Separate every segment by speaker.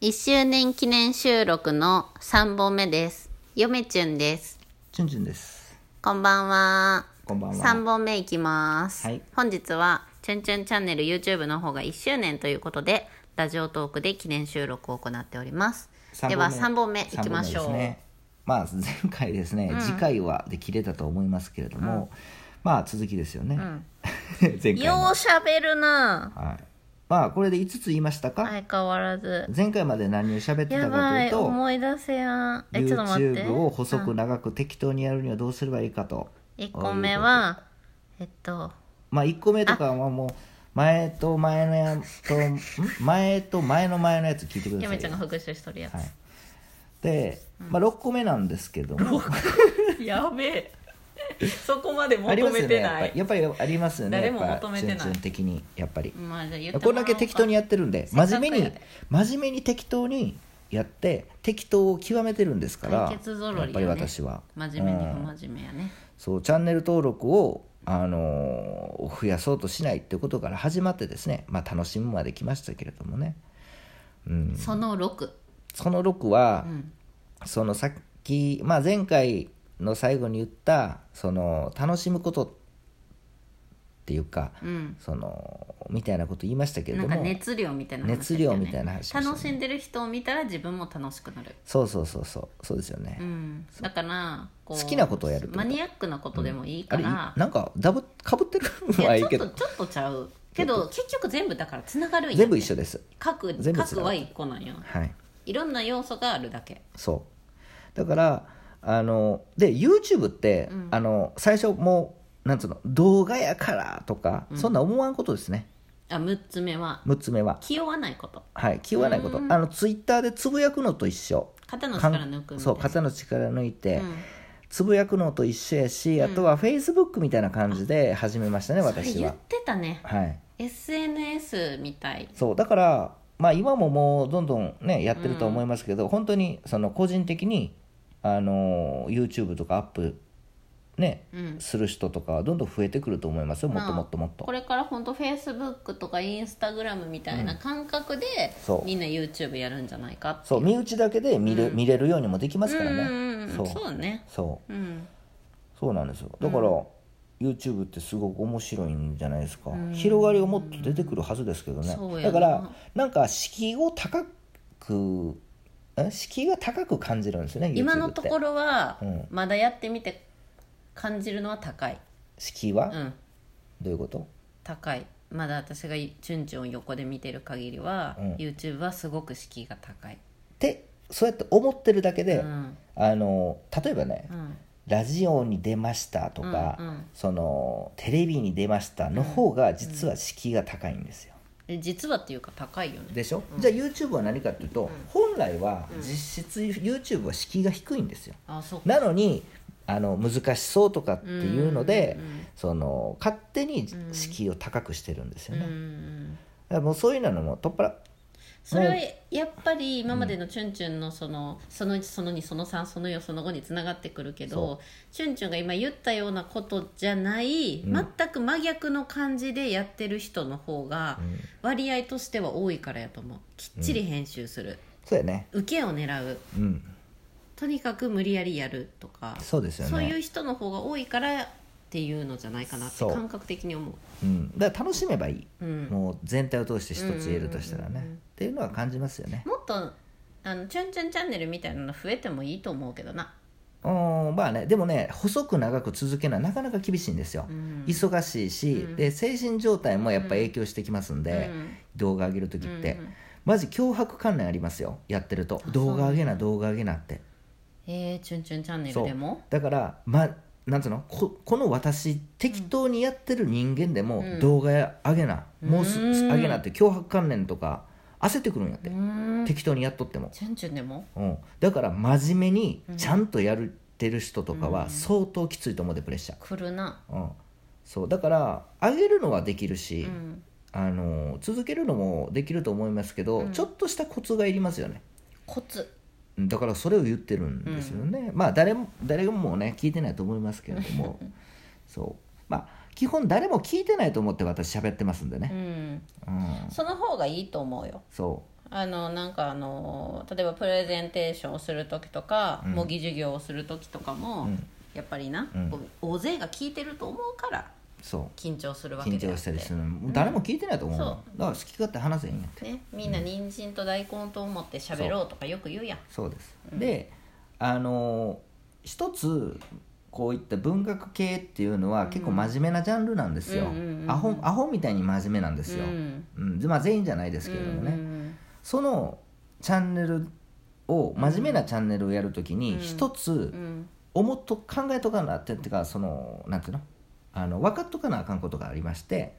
Speaker 1: 1周年記念収録の3本目です。よめちゅんです。
Speaker 2: チュンチュンです。
Speaker 1: こんばんは。
Speaker 2: こんばんは。
Speaker 1: 3本目いきます。
Speaker 2: はい
Speaker 1: 本日は、ちゅんちゅんチャンネル YouTube の方が1周年ということで、ラジオトークで記念収録を行っております。
Speaker 2: 三
Speaker 1: で
Speaker 2: 本目
Speaker 1: は3本目いきましょう。
Speaker 2: 三本目ですねまあ前回ですね、次回はで切れたと思いますけれども、まあ続きですよね。 前回
Speaker 1: よ
Speaker 2: の
Speaker 1: うしゃべるな
Speaker 2: はい。まあこれで5つ言いましたか、
Speaker 1: 相変わらず。
Speaker 2: 前回まで何を喋って
Speaker 1: や
Speaker 2: たかと
Speaker 1: ば
Speaker 2: いう
Speaker 1: い、
Speaker 2: と、
Speaker 1: 思い出せやん。え、ちょっと待って。
Speaker 2: YouTube を細く長く適当にやるにはどうすればいいかと。
Speaker 1: 1個目は、えっと、
Speaker 2: まあ1個目とかはもう前と前のや とん前と前の前のやつ聞いてくだ
Speaker 1: ゆ
Speaker 2: さ
Speaker 1: め
Speaker 2: い
Speaker 1: ちゃん
Speaker 2: よ
Speaker 1: が。復習しとるやつ。
Speaker 2: はいで、まあ6個目なんですけども。
Speaker 1: やべえそこまで
Speaker 2: あ
Speaker 1: 求
Speaker 2: ります
Speaker 1: め
Speaker 2: よね
Speaker 1: て
Speaker 2: やっぱ
Speaker 1: ない
Speaker 2: りやっぱりありますよね
Speaker 1: 誰も
Speaker 2: やっぱ
Speaker 1: 求めてない
Speaker 2: 順々的にやっぱり
Speaker 1: まあじゃあ言ってもらおうか
Speaker 2: これだけ適当にやってるんで
Speaker 1: せっかく
Speaker 2: 真面目
Speaker 1: や
Speaker 2: に
Speaker 1: で
Speaker 2: 真面目に適当にやって適当を極めてるんですから
Speaker 1: 対決ぞろりよね
Speaker 2: やっぱり私は
Speaker 1: 真面目に
Speaker 2: う
Speaker 1: 不
Speaker 2: ん
Speaker 1: 真面目やね
Speaker 2: そうチャンネル登録をあのー増やそうとしないってことから始まってですねまあ楽しむまで来ましたけれどもねうん
Speaker 1: その6
Speaker 2: その6は、
Speaker 1: うん
Speaker 2: そのさっき、まあ、前回の最後に言ったその楽しむことっていうか、
Speaker 1: うん
Speaker 2: そのみたいなこと言いましたけれ
Speaker 1: な
Speaker 2: ど
Speaker 1: んか
Speaker 2: も、
Speaker 1: 熱量みたいな話だった
Speaker 2: 熱
Speaker 1: よね
Speaker 2: 量みたいな話でしたね
Speaker 1: 楽しんでる人を見たら自分も楽しくなる
Speaker 2: そうそうそうそうそうですよね、
Speaker 1: うんだからこう
Speaker 2: 好きなことをやるってこと
Speaker 1: マニアックなことでもいい
Speaker 2: あ
Speaker 1: か
Speaker 2: れい
Speaker 1: ら、
Speaker 2: なんかダブかぶってる
Speaker 1: い
Speaker 2: ま
Speaker 1: や
Speaker 2: あい
Speaker 1: ち
Speaker 2: い
Speaker 1: ょっ
Speaker 2: け
Speaker 1: と
Speaker 2: ど
Speaker 1: ちょっとちゃうけど結局全部だからつながるんやね
Speaker 2: 全部一緒です
Speaker 1: 各
Speaker 2: 全部つな
Speaker 1: 各
Speaker 2: が
Speaker 1: は
Speaker 2: る
Speaker 1: 1個なんよ
Speaker 2: はい
Speaker 1: いろんな要素があるだけ
Speaker 2: そうだからあので YouTube って、
Speaker 1: うん
Speaker 2: あの最初もうなんつうの動画やからとか、そんな思わんことですね
Speaker 1: あ6つ目は
Speaker 2: 6つ目は
Speaker 1: 気負わないこと
Speaker 2: はい気負わないことあのツイッターでつぶやくのと一緒
Speaker 1: 肩の力抜くみたいな
Speaker 2: そう肩の力抜いて、
Speaker 1: うん
Speaker 2: つぶやくのと一緒やしあとはフェイスブックみたいな感じで始めましたね、私
Speaker 1: 言っ
Speaker 2: は
Speaker 1: てたね
Speaker 2: はい
Speaker 1: SNS みたい
Speaker 2: そうだからまあ今ももうどんどんねやってると思いますけど、本当にその個人的にあの YouTube とかアップね、
Speaker 1: うん
Speaker 2: する人とかはどんどん増えてくると思いますよもっともっともっと、
Speaker 1: これから本当フェイスブックとかインスタグラムみたいな感覚で、
Speaker 2: そう
Speaker 1: みんな YouTube やるんじゃないかって
Speaker 2: そう身内だけで見れ,、見れるようにもできます
Speaker 1: う
Speaker 2: から
Speaker 1: ん
Speaker 2: ね、
Speaker 1: うんうん
Speaker 2: そ
Speaker 1: そううだね
Speaker 2: そう
Speaker 1: うん
Speaker 2: そうなんですよだから、YouTube ってすごく面白いんじゃないですか、広がりがもっと出てくるはずですけどね
Speaker 1: そうやな
Speaker 2: だからなんか敷居を高くえ敷居が高く感じるんですよね YouTube って
Speaker 1: 今のところは、
Speaker 2: うん
Speaker 1: まだやってみて感じるのは高い
Speaker 2: 敷居は、
Speaker 1: うん
Speaker 2: どういうこと
Speaker 1: 高いまだ私がチュンチュンを横で見てる限りは、
Speaker 2: うん
Speaker 1: YouTube はすごく敷居が高い
Speaker 2: ってそうやって思ってるだけで、
Speaker 1: うん
Speaker 2: あの例えばね、
Speaker 1: うん
Speaker 2: ラジオに出ましたとか、
Speaker 1: うんうん
Speaker 2: そのテレビに出ましたの方が実は敷居が高いんですよ、
Speaker 1: え実はっていうか高いよね
Speaker 2: でしょ、じゃあ YouTube は何かっていうと、本来は実質 YouTube は敷居が低いんですよ
Speaker 1: あそうか
Speaker 2: なのにあの難しそうとかっていうので、
Speaker 1: うんうんうん
Speaker 2: その勝手に敷居を高くしてるんですよね、
Speaker 1: う
Speaker 2: だか
Speaker 1: ん
Speaker 2: らもうそういうのも取っ払
Speaker 1: それはやっぱり今までのチュンチュンのそのその1その2その3その4その5につながってくるけどチュンチュンが今言ったようなことじゃない、全く真逆の感じでやってる人の方が割合としては多いからやと思うきっちり編集する、
Speaker 2: そうやね
Speaker 1: 受けを狙う
Speaker 2: うん
Speaker 1: とにかく無理やりやるとか
Speaker 2: そうですよね
Speaker 1: そういう人の方が多いからっていうのじゃないかなって
Speaker 2: そう
Speaker 1: 感覚的に思う。
Speaker 2: うん、だから楽しめばいい、
Speaker 1: うん
Speaker 2: もう全体を通して一つ言えるとしたらね、
Speaker 1: うんうんうんうん
Speaker 2: っていうのは感じますよね
Speaker 1: もっとあのチュンチュンチャンネルみたいなの増えてもいいと思うけどな。
Speaker 2: うんまあねでもね細く長く続けるのはなかなか厳しいんですよ、
Speaker 1: うん
Speaker 2: 忙しいし、で精神状態もやっぱ影響してきますんで、
Speaker 1: うん
Speaker 2: 動画上げる時って、
Speaker 1: うんうん
Speaker 2: マジ脅迫観念ありますよやってると動画上げな動画上げなって
Speaker 1: えー、チュンチュンチャンネル
Speaker 2: そう
Speaker 1: でも
Speaker 2: だからまなんつうのここの私適当にやってる人間でも、
Speaker 1: うん
Speaker 2: 動画上げな、もうす
Speaker 1: うん
Speaker 2: 上げなって脅迫観念とか焦ってくるんやっ
Speaker 1: う
Speaker 2: て、
Speaker 1: ーん
Speaker 2: 適当にやっとっても
Speaker 1: チュンチュンでも
Speaker 2: うん、だから真面目にちゃんとやるってる人とかは相当きついと思うでプレッシャ
Speaker 1: 来るな
Speaker 2: ー、うん、そうだから上げるのはできるし、
Speaker 1: うん
Speaker 2: あの続けるのもできると思いますけど、ちょっとしたコツがいりますよね
Speaker 1: コツ
Speaker 2: うんだからそれを言ってるんですよね、まあ誰も誰もね聞いてないと思いますけれども そうまあ基本誰も聞いてないと思って私喋ってますんで
Speaker 1: う
Speaker 2: ね、
Speaker 1: ん
Speaker 2: うん、
Speaker 1: その方がいいと思うよ
Speaker 2: そ
Speaker 1: あのなんかあの例えばプレゼンテーションをする時とか、模擬授業をする時とかも、やっぱりな、こう大勢が聞いてると思うから
Speaker 2: そ
Speaker 1: 緊張する
Speaker 2: う
Speaker 1: わけ
Speaker 2: 緊
Speaker 1: であ
Speaker 2: 張
Speaker 1: っ
Speaker 2: したりす
Speaker 1: て、
Speaker 2: るのもう誰も聞いてないと思うもん
Speaker 1: そ
Speaker 2: だから好き勝手話せへんやん
Speaker 1: ね、みんな人参と大根と思って喋ろうとかよく言うやん
Speaker 2: そうです、であの一つこういった文学系っていうのは結構真面目なジャンルなんです
Speaker 1: う
Speaker 2: よ、
Speaker 1: んうんうんうん
Speaker 2: アホアホみたいに真面目なんですよ、
Speaker 1: うん
Speaker 2: うんまあ、全員じゃないですけれどもね、
Speaker 1: うん
Speaker 2: そのチャンネルを真面目なチャンネルをやるときに一つ
Speaker 1: うんうん
Speaker 2: 思っと考えとかなってってかそのなんていうのあの分かっとかなあかんことがありまして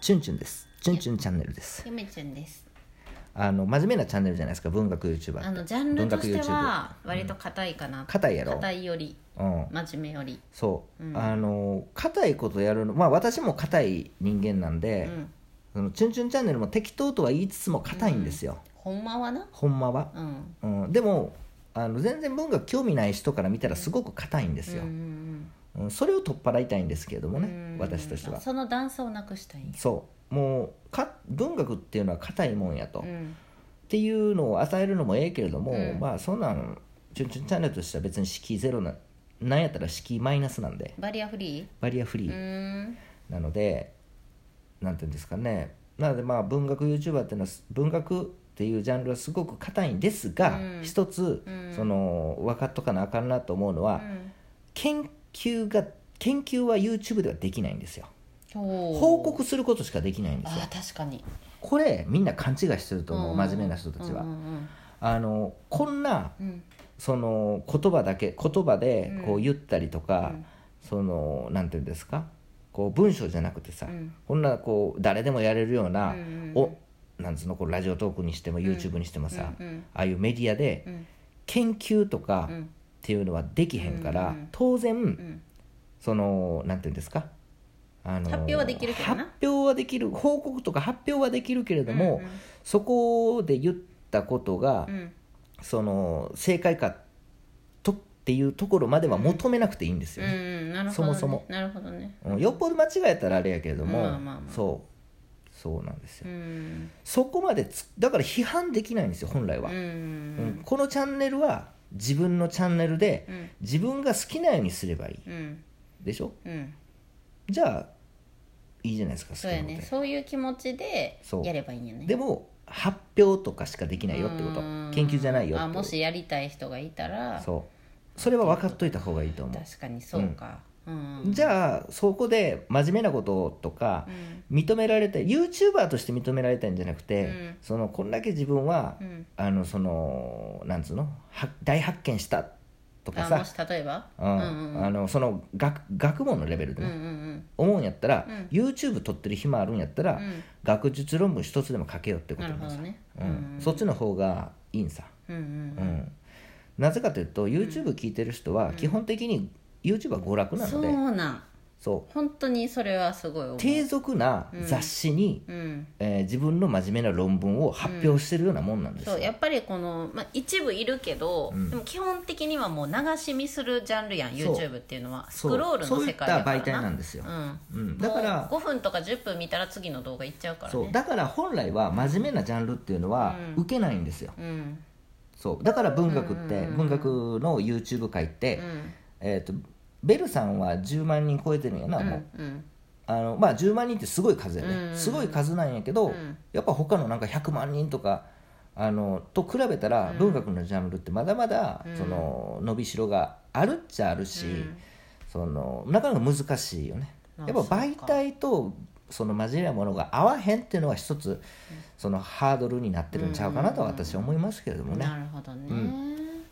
Speaker 2: チュンチュンですチュンチュンチャンネルです
Speaker 1: ゆめちゃんです
Speaker 2: あの真面目なチャンネルじゃないですか文学 YouTuber
Speaker 1: あのジャンルとして
Speaker 2: 文学 YouTuber
Speaker 1: は割と硬いかな
Speaker 2: 硬いやろ
Speaker 1: 硬いより
Speaker 2: うん
Speaker 1: 真面目より
Speaker 2: そう、あの硬いことやるのまあ私も硬い人間なんで、
Speaker 1: ん
Speaker 2: そのチュンチュンチャンネルも適当とは言いつつも硬いんですよ、
Speaker 1: ほんまはな
Speaker 2: ほんまは、
Speaker 1: うん
Speaker 2: うん、でもあの全然文学興味ない人から見たらすごく硬いんですよ
Speaker 1: うん、うん
Speaker 2: うんそれを取っ払いたいんですけれども
Speaker 1: う
Speaker 2: ね、
Speaker 1: ん
Speaker 2: 私としては
Speaker 1: その段差をなくしたいんや
Speaker 2: そうもうか文学っていうのは硬いもんやと、
Speaker 1: う
Speaker 2: っ
Speaker 1: ん
Speaker 2: ていうのを与えるのもええけれども、
Speaker 1: うん
Speaker 2: まあそんなん「チュンチュンチャンネル」としては別に式ゼロななんやったら式マイナスなんで
Speaker 1: バリアフリ
Speaker 2: バリアフリ
Speaker 1: ー
Speaker 2: ー、
Speaker 1: うーん
Speaker 2: なのでなんていうんですかねなのでまあ文学 YouTuber っていうのはす文学っていうジャンルはすごく硬いんですが、
Speaker 1: うん
Speaker 2: 一つ、
Speaker 1: うん
Speaker 2: その分かっとかなあかんなと思うのは、
Speaker 1: うん
Speaker 2: 研究が研究は YouTube ではできないんですよ
Speaker 1: おー
Speaker 2: 報告することしかできないんですよ
Speaker 1: あー確かに
Speaker 2: これみんな勘違いしてると思う、
Speaker 1: うん
Speaker 2: 真面目な人たちは、
Speaker 1: うんうん
Speaker 2: あのこんな
Speaker 1: うんうん
Speaker 2: その言葉だけ言葉でこう言ったりとか、
Speaker 1: うん
Speaker 2: そのなんていうんですかこう文章じゃなくてさ、
Speaker 1: うん
Speaker 2: こんなこう誰でもやれるような、
Speaker 1: うん
Speaker 2: おなんつうのこうラジオトークにしても YouTube にしてもさ、
Speaker 1: うんうん
Speaker 2: ああいうメディアで
Speaker 1: うん
Speaker 2: 研究とか
Speaker 1: うん
Speaker 2: っていうのはできへんから、
Speaker 1: うんうん
Speaker 2: 当然、
Speaker 1: ん
Speaker 2: そのなんていうんですかあの
Speaker 1: 発表はできるけどな
Speaker 2: 発表はできる報告とか発表はできるけれども、
Speaker 1: うんうん
Speaker 2: そこで言ったことが、
Speaker 1: うん
Speaker 2: その正解かとっていうところまでは求めなくていいんです
Speaker 1: う
Speaker 2: よね、
Speaker 1: んなるほどね
Speaker 2: そもそも
Speaker 1: なるほどね
Speaker 2: うんよっぽど間違えたらあれやけれども、
Speaker 1: まあまあまあ
Speaker 2: そうそうなんですよ、
Speaker 1: うん
Speaker 2: そこまでつだから批判できないんですよ本来は
Speaker 1: う、
Speaker 2: うん
Speaker 1: ん
Speaker 2: このチャンネルは自分のチャンネルで
Speaker 1: うん
Speaker 2: 自分が好きなようにすればいい
Speaker 1: うん
Speaker 2: でしょ
Speaker 1: うん
Speaker 2: じゃあいいじゃないですか好き
Speaker 1: そう
Speaker 2: な
Speaker 1: や
Speaker 2: こと
Speaker 1: ね
Speaker 2: で
Speaker 1: そういう気持ちで
Speaker 2: そう
Speaker 1: やればいいんやね
Speaker 2: でも発表とかしかできないよってこと
Speaker 1: うん
Speaker 2: 研究じゃないよって
Speaker 1: あもしやりたい人がいたら
Speaker 2: そうそれは分かっといた方がいいと思う
Speaker 1: 確かにそうかうん
Speaker 2: じゃあそこで真面目なこととか認められて YouTuber として認められたいんじゃなくて、
Speaker 1: うん
Speaker 2: そのこんだけ自分は、
Speaker 1: うん
Speaker 2: あのそのなんつうのは大発見したとか
Speaker 1: あも
Speaker 2: さ
Speaker 1: し例えば
Speaker 2: う
Speaker 1: うん
Speaker 2: ん
Speaker 1: うん
Speaker 2: あのその学学問のレベルで
Speaker 1: うんう
Speaker 2: ね、
Speaker 1: ん
Speaker 2: 思うんやったら、
Speaker 1: うん
Speaker 2: YouTube 撮ってる暇あるんやったら、
Speaker 1: うん
Speaker 2: 学術論文一つでも書けよってこ
Speaker 1: な
Speaker 2: と
Speaker 1: る
Speaker 2: なん
Speaker 1: ほど
Speaker 2: ですよ、
Speaker 1: ね
Speaker 2: うんそっちの方がいいんさ、
Speaker 1: うんう
Speaker 2: うんん、なぜかというと YouTube 聞いてる人は基本的に YouTube は娯楽
Speaker 1: うん
Speaker 2: な
Speaker 1: そ
Speaker 2: ので、
Speaker 1: うなん
Speaker 2: そう
Speaker 1: 本当にそれはすごい思う
Speaker 2: 低俗な雑誌に、
Speaker 1: うん
Speaker 2: えー自分の真面目な論文を発表してるようなもんなんですよ、
Speaker 1: そうやっぱりこの、まあ、一部いるけど、でも基本的にはもう流し見するジャンルやん
Speaker 2: そう
Speaker 1: YouTube っていうのはス
Speaker 2: そう
Speaker 1: クロールの世界だからな
Speaker 2: そういった媒体なんですよ、
Speaker 1: う
Speaker 2: うんんだから
Speaker 1: もう5分とか10分見たら次の動画いっちゃうから
Speaker 2: そう
Speaker 1: ね
Speaker 2: だから本来は真面目なジャンルっていうのは受けないんですよ、
Speaker 1: うん
Speaker 2: そうだから文学って、文学の YouTube 界って、
Speaker 1: うん
Speaker 2: えー、とベルさんは10万人超えてるんやな、
Speaker 1: うん
Speaker 2: もう
Speaker 1: うん
Speaker 2: あのまあ10万人ってすごい数やね、
Speaker 1: うんうん
Speaker 2: すごい数なんやけど、
Speaker 1: うん
Speaker 2: やっぱ他のなんか100万人とかあのと比べたら文学のジャンルってまだまだ、その伸びしろがあるっちゃあるし、そのなかなか難しいよね
Speaker 1: あ
Speaker 2: やっぱ媒体とその混じり合うものが合わへんっていうのは一つそのハードルになってるんちゃうかなとは私は思いますけれどもね、
Speaker 1: なるほどね、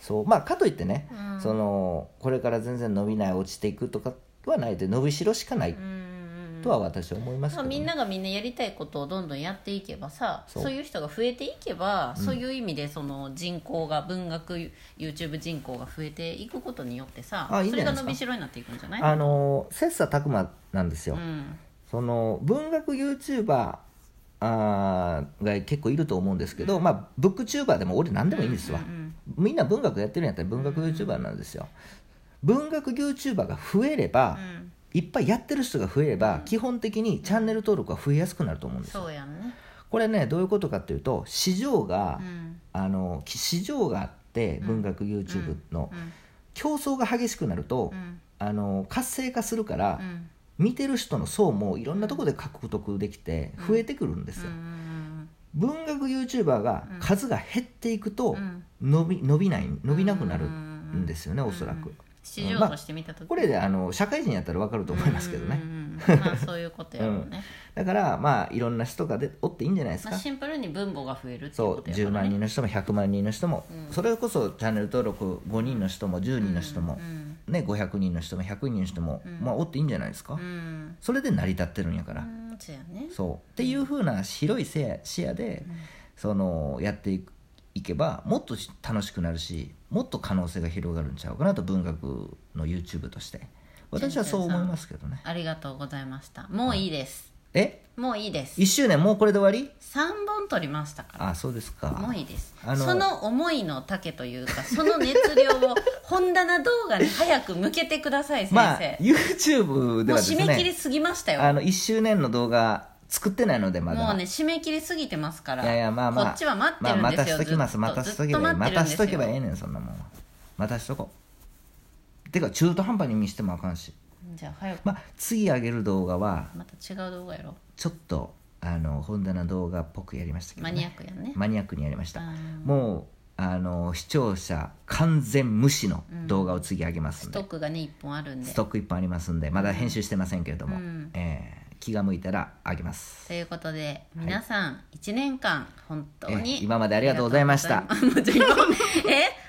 Speaker 2: そうまあかといってね、そのこれから全然伸びない落ちていくとかはないで伸びしろしかない
Speaker 1: うん
Speaker 2: とは私は思いますけ
Speaker 1: まあ
Speaker 2: ど、ね
Speaker 1: みんながみんなやりたいことをどんどんやっていけばさ
Speaker 2: そ
Speaker 1: そうういう人が増えていけば、そういう意味でその人口が文学 YouTube 人口が増えていくことによってさ
Speaker 2: あいいんじ
Speaker 1: そ
Speaker 2: ゃ
Speaker 1: れ
Speaker 2: な
Speaker 1: が
Speaker 2: いですか
Speaker 1: 伸びしろになっていくんじゃない
Speaker 2: あの切磋琢磨なんですよ、
Speaker 1: うん
Speaker 2: その文学 YouTuber あーが結構いると思うんですけど、まあブックチューバーでも俺何でもいいんですわ、みんな文学やってるんやったら文学 YouTuber なんですよ文学 YouTuber が増えれば、いっぱいやってる人が増えれば、基本的にチャンネル登録は増えやすくなると思うんですよ
Speaker 1: そうやんね
Speaker 2: これねどういうことかっていうと市場が、
Speaker 1: うん
Speaker 2: あのき市場があって文学 YouTube の、
Speaker 1: うん
Speaker 2: 競争が激しくなると、
Speaker 1: うん
Speaker 2: あの活性化するから
Speaker 1: う、ん
Speaker 2: 見てる人の層もいろんなところで獲得できて増えてくるんです
Speaker 1: う
Speaker 2: よ、
Speaker 1: んうん
Speaker 2: 文学 YouTuber が数が減っていくと
Speaker 1: うん
Speaker 2: 伸び伸びない伸びなくなる
Speaker 1: うん
Speaker 2: んですよね、おそらく、
Speaker 1: 市場として見た時
Speaker 2: これであの社会人やったら分かると思いますけどね、
Speaker 1: うんうんうんまあそういうことやろうね
Speaker 2: だからまあいろんな人がでおっていいんじゃないです
Speaker 1: ま
Speaker 2: か、
Speaker 1: あシンプルに分母が増えるってい
Speaker 2: そうう
Speaker 1: ことやからね
Speaker 2: 10万人の人も100万人の人も、それこそチャンネル登録5人の人も10人の人も、ね、500人の人も100人の人も、まあおっていいんじゃないですか、
Speaker 1: うん
Speaker 2: それで成り立ってるんやから、
Speaker 1: うんそうやね
Speaker 2: そうっていうふうな広いせ視野で、そのやっていくいけばもっとし楽しくなるしもっと可能性が広がるんちゃうかなと文学の YouTube として私はそう思いますけどね
Speaker 1: ありがとうございましたもういいです
Speaker 2: え
Speaker 1: もういいです
Speaker 2: 1周年もうこれで終わり
Speaker 1: 3本取りましたから
Speaker 2: あそうですか
Speaker 1: もういいです
Speaker 2: あの
Speaker 1: その思いの丈というかその熱量 を本棚動画に早く向けてください先生、
Speaker 2: まあ YouTube で
Speaker 1: もう
Speaker 2: はです
Speaker 1: 締め切り
Speaker 2: ね
Speaker 1: 過ぎましたよ
Speaker 2: あの1周年の動画作ってないのでまだ
Speaker 1: もうね締め切り過ぎてますから
Speaker 2: いやいやまあまあ
Speaker 1: こっちは待ってるん
Speaker 2: まあ、
Speaker 1: で
Speaker 2: 待た
Speaker 1: すよ、
Speaker 2: しときます待たしとけばいい
Speaker 1: ずっ
Speaker 2: 待
Speaker 1: と
Speaker 2: た
Speaker 1: 待
Speaker 2: し
Speaker 1: って
Speaker 2: と
Speaker 1: るんです
Speaker 2: け
Speaker 1: よ
Speaker 2: ばええねんそんなもんは待たしとこうてか中途半端に見してもあかんし
Speaker 1: じゃあ早く
Speaker 2: まあ次上げる動画は
Speaker 1: また違う動画やろ
Speaker 2: ちょっとあの本棚動画っぽくやりましたけど、
Speaker 1: マ
Speaker 2: ね、
Speaker 1: ニアックやね
Speaker 2: マニアックにやりました
Speaker 1: うん
Speaker 2: もうあの視聴者完全無視の動画を次上げます
Speaker 1: ス
Speaker 2: んで、
Speaker 1: トックがね1本あるんで
Speaker 2: ストック1本ありますんでまだ編集してませんけれども、
Speaker 1: うん
Speaker 2: えー気が向いたら上げます
Speaker 1: ということで皆さん1年間本当
Speaker 2: え
Speaker 1: に
Speaker 2: 今までありがとうございました
Speaker 1: ありがとうございます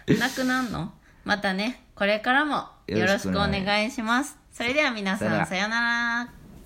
Speaker 1: えなくなんのまたねこれからもよろしくお願いしますそれでは皆
Speaker 2: さよな
Speaker 1: さん
Speaker 2: ら
Speaker 1: さよなら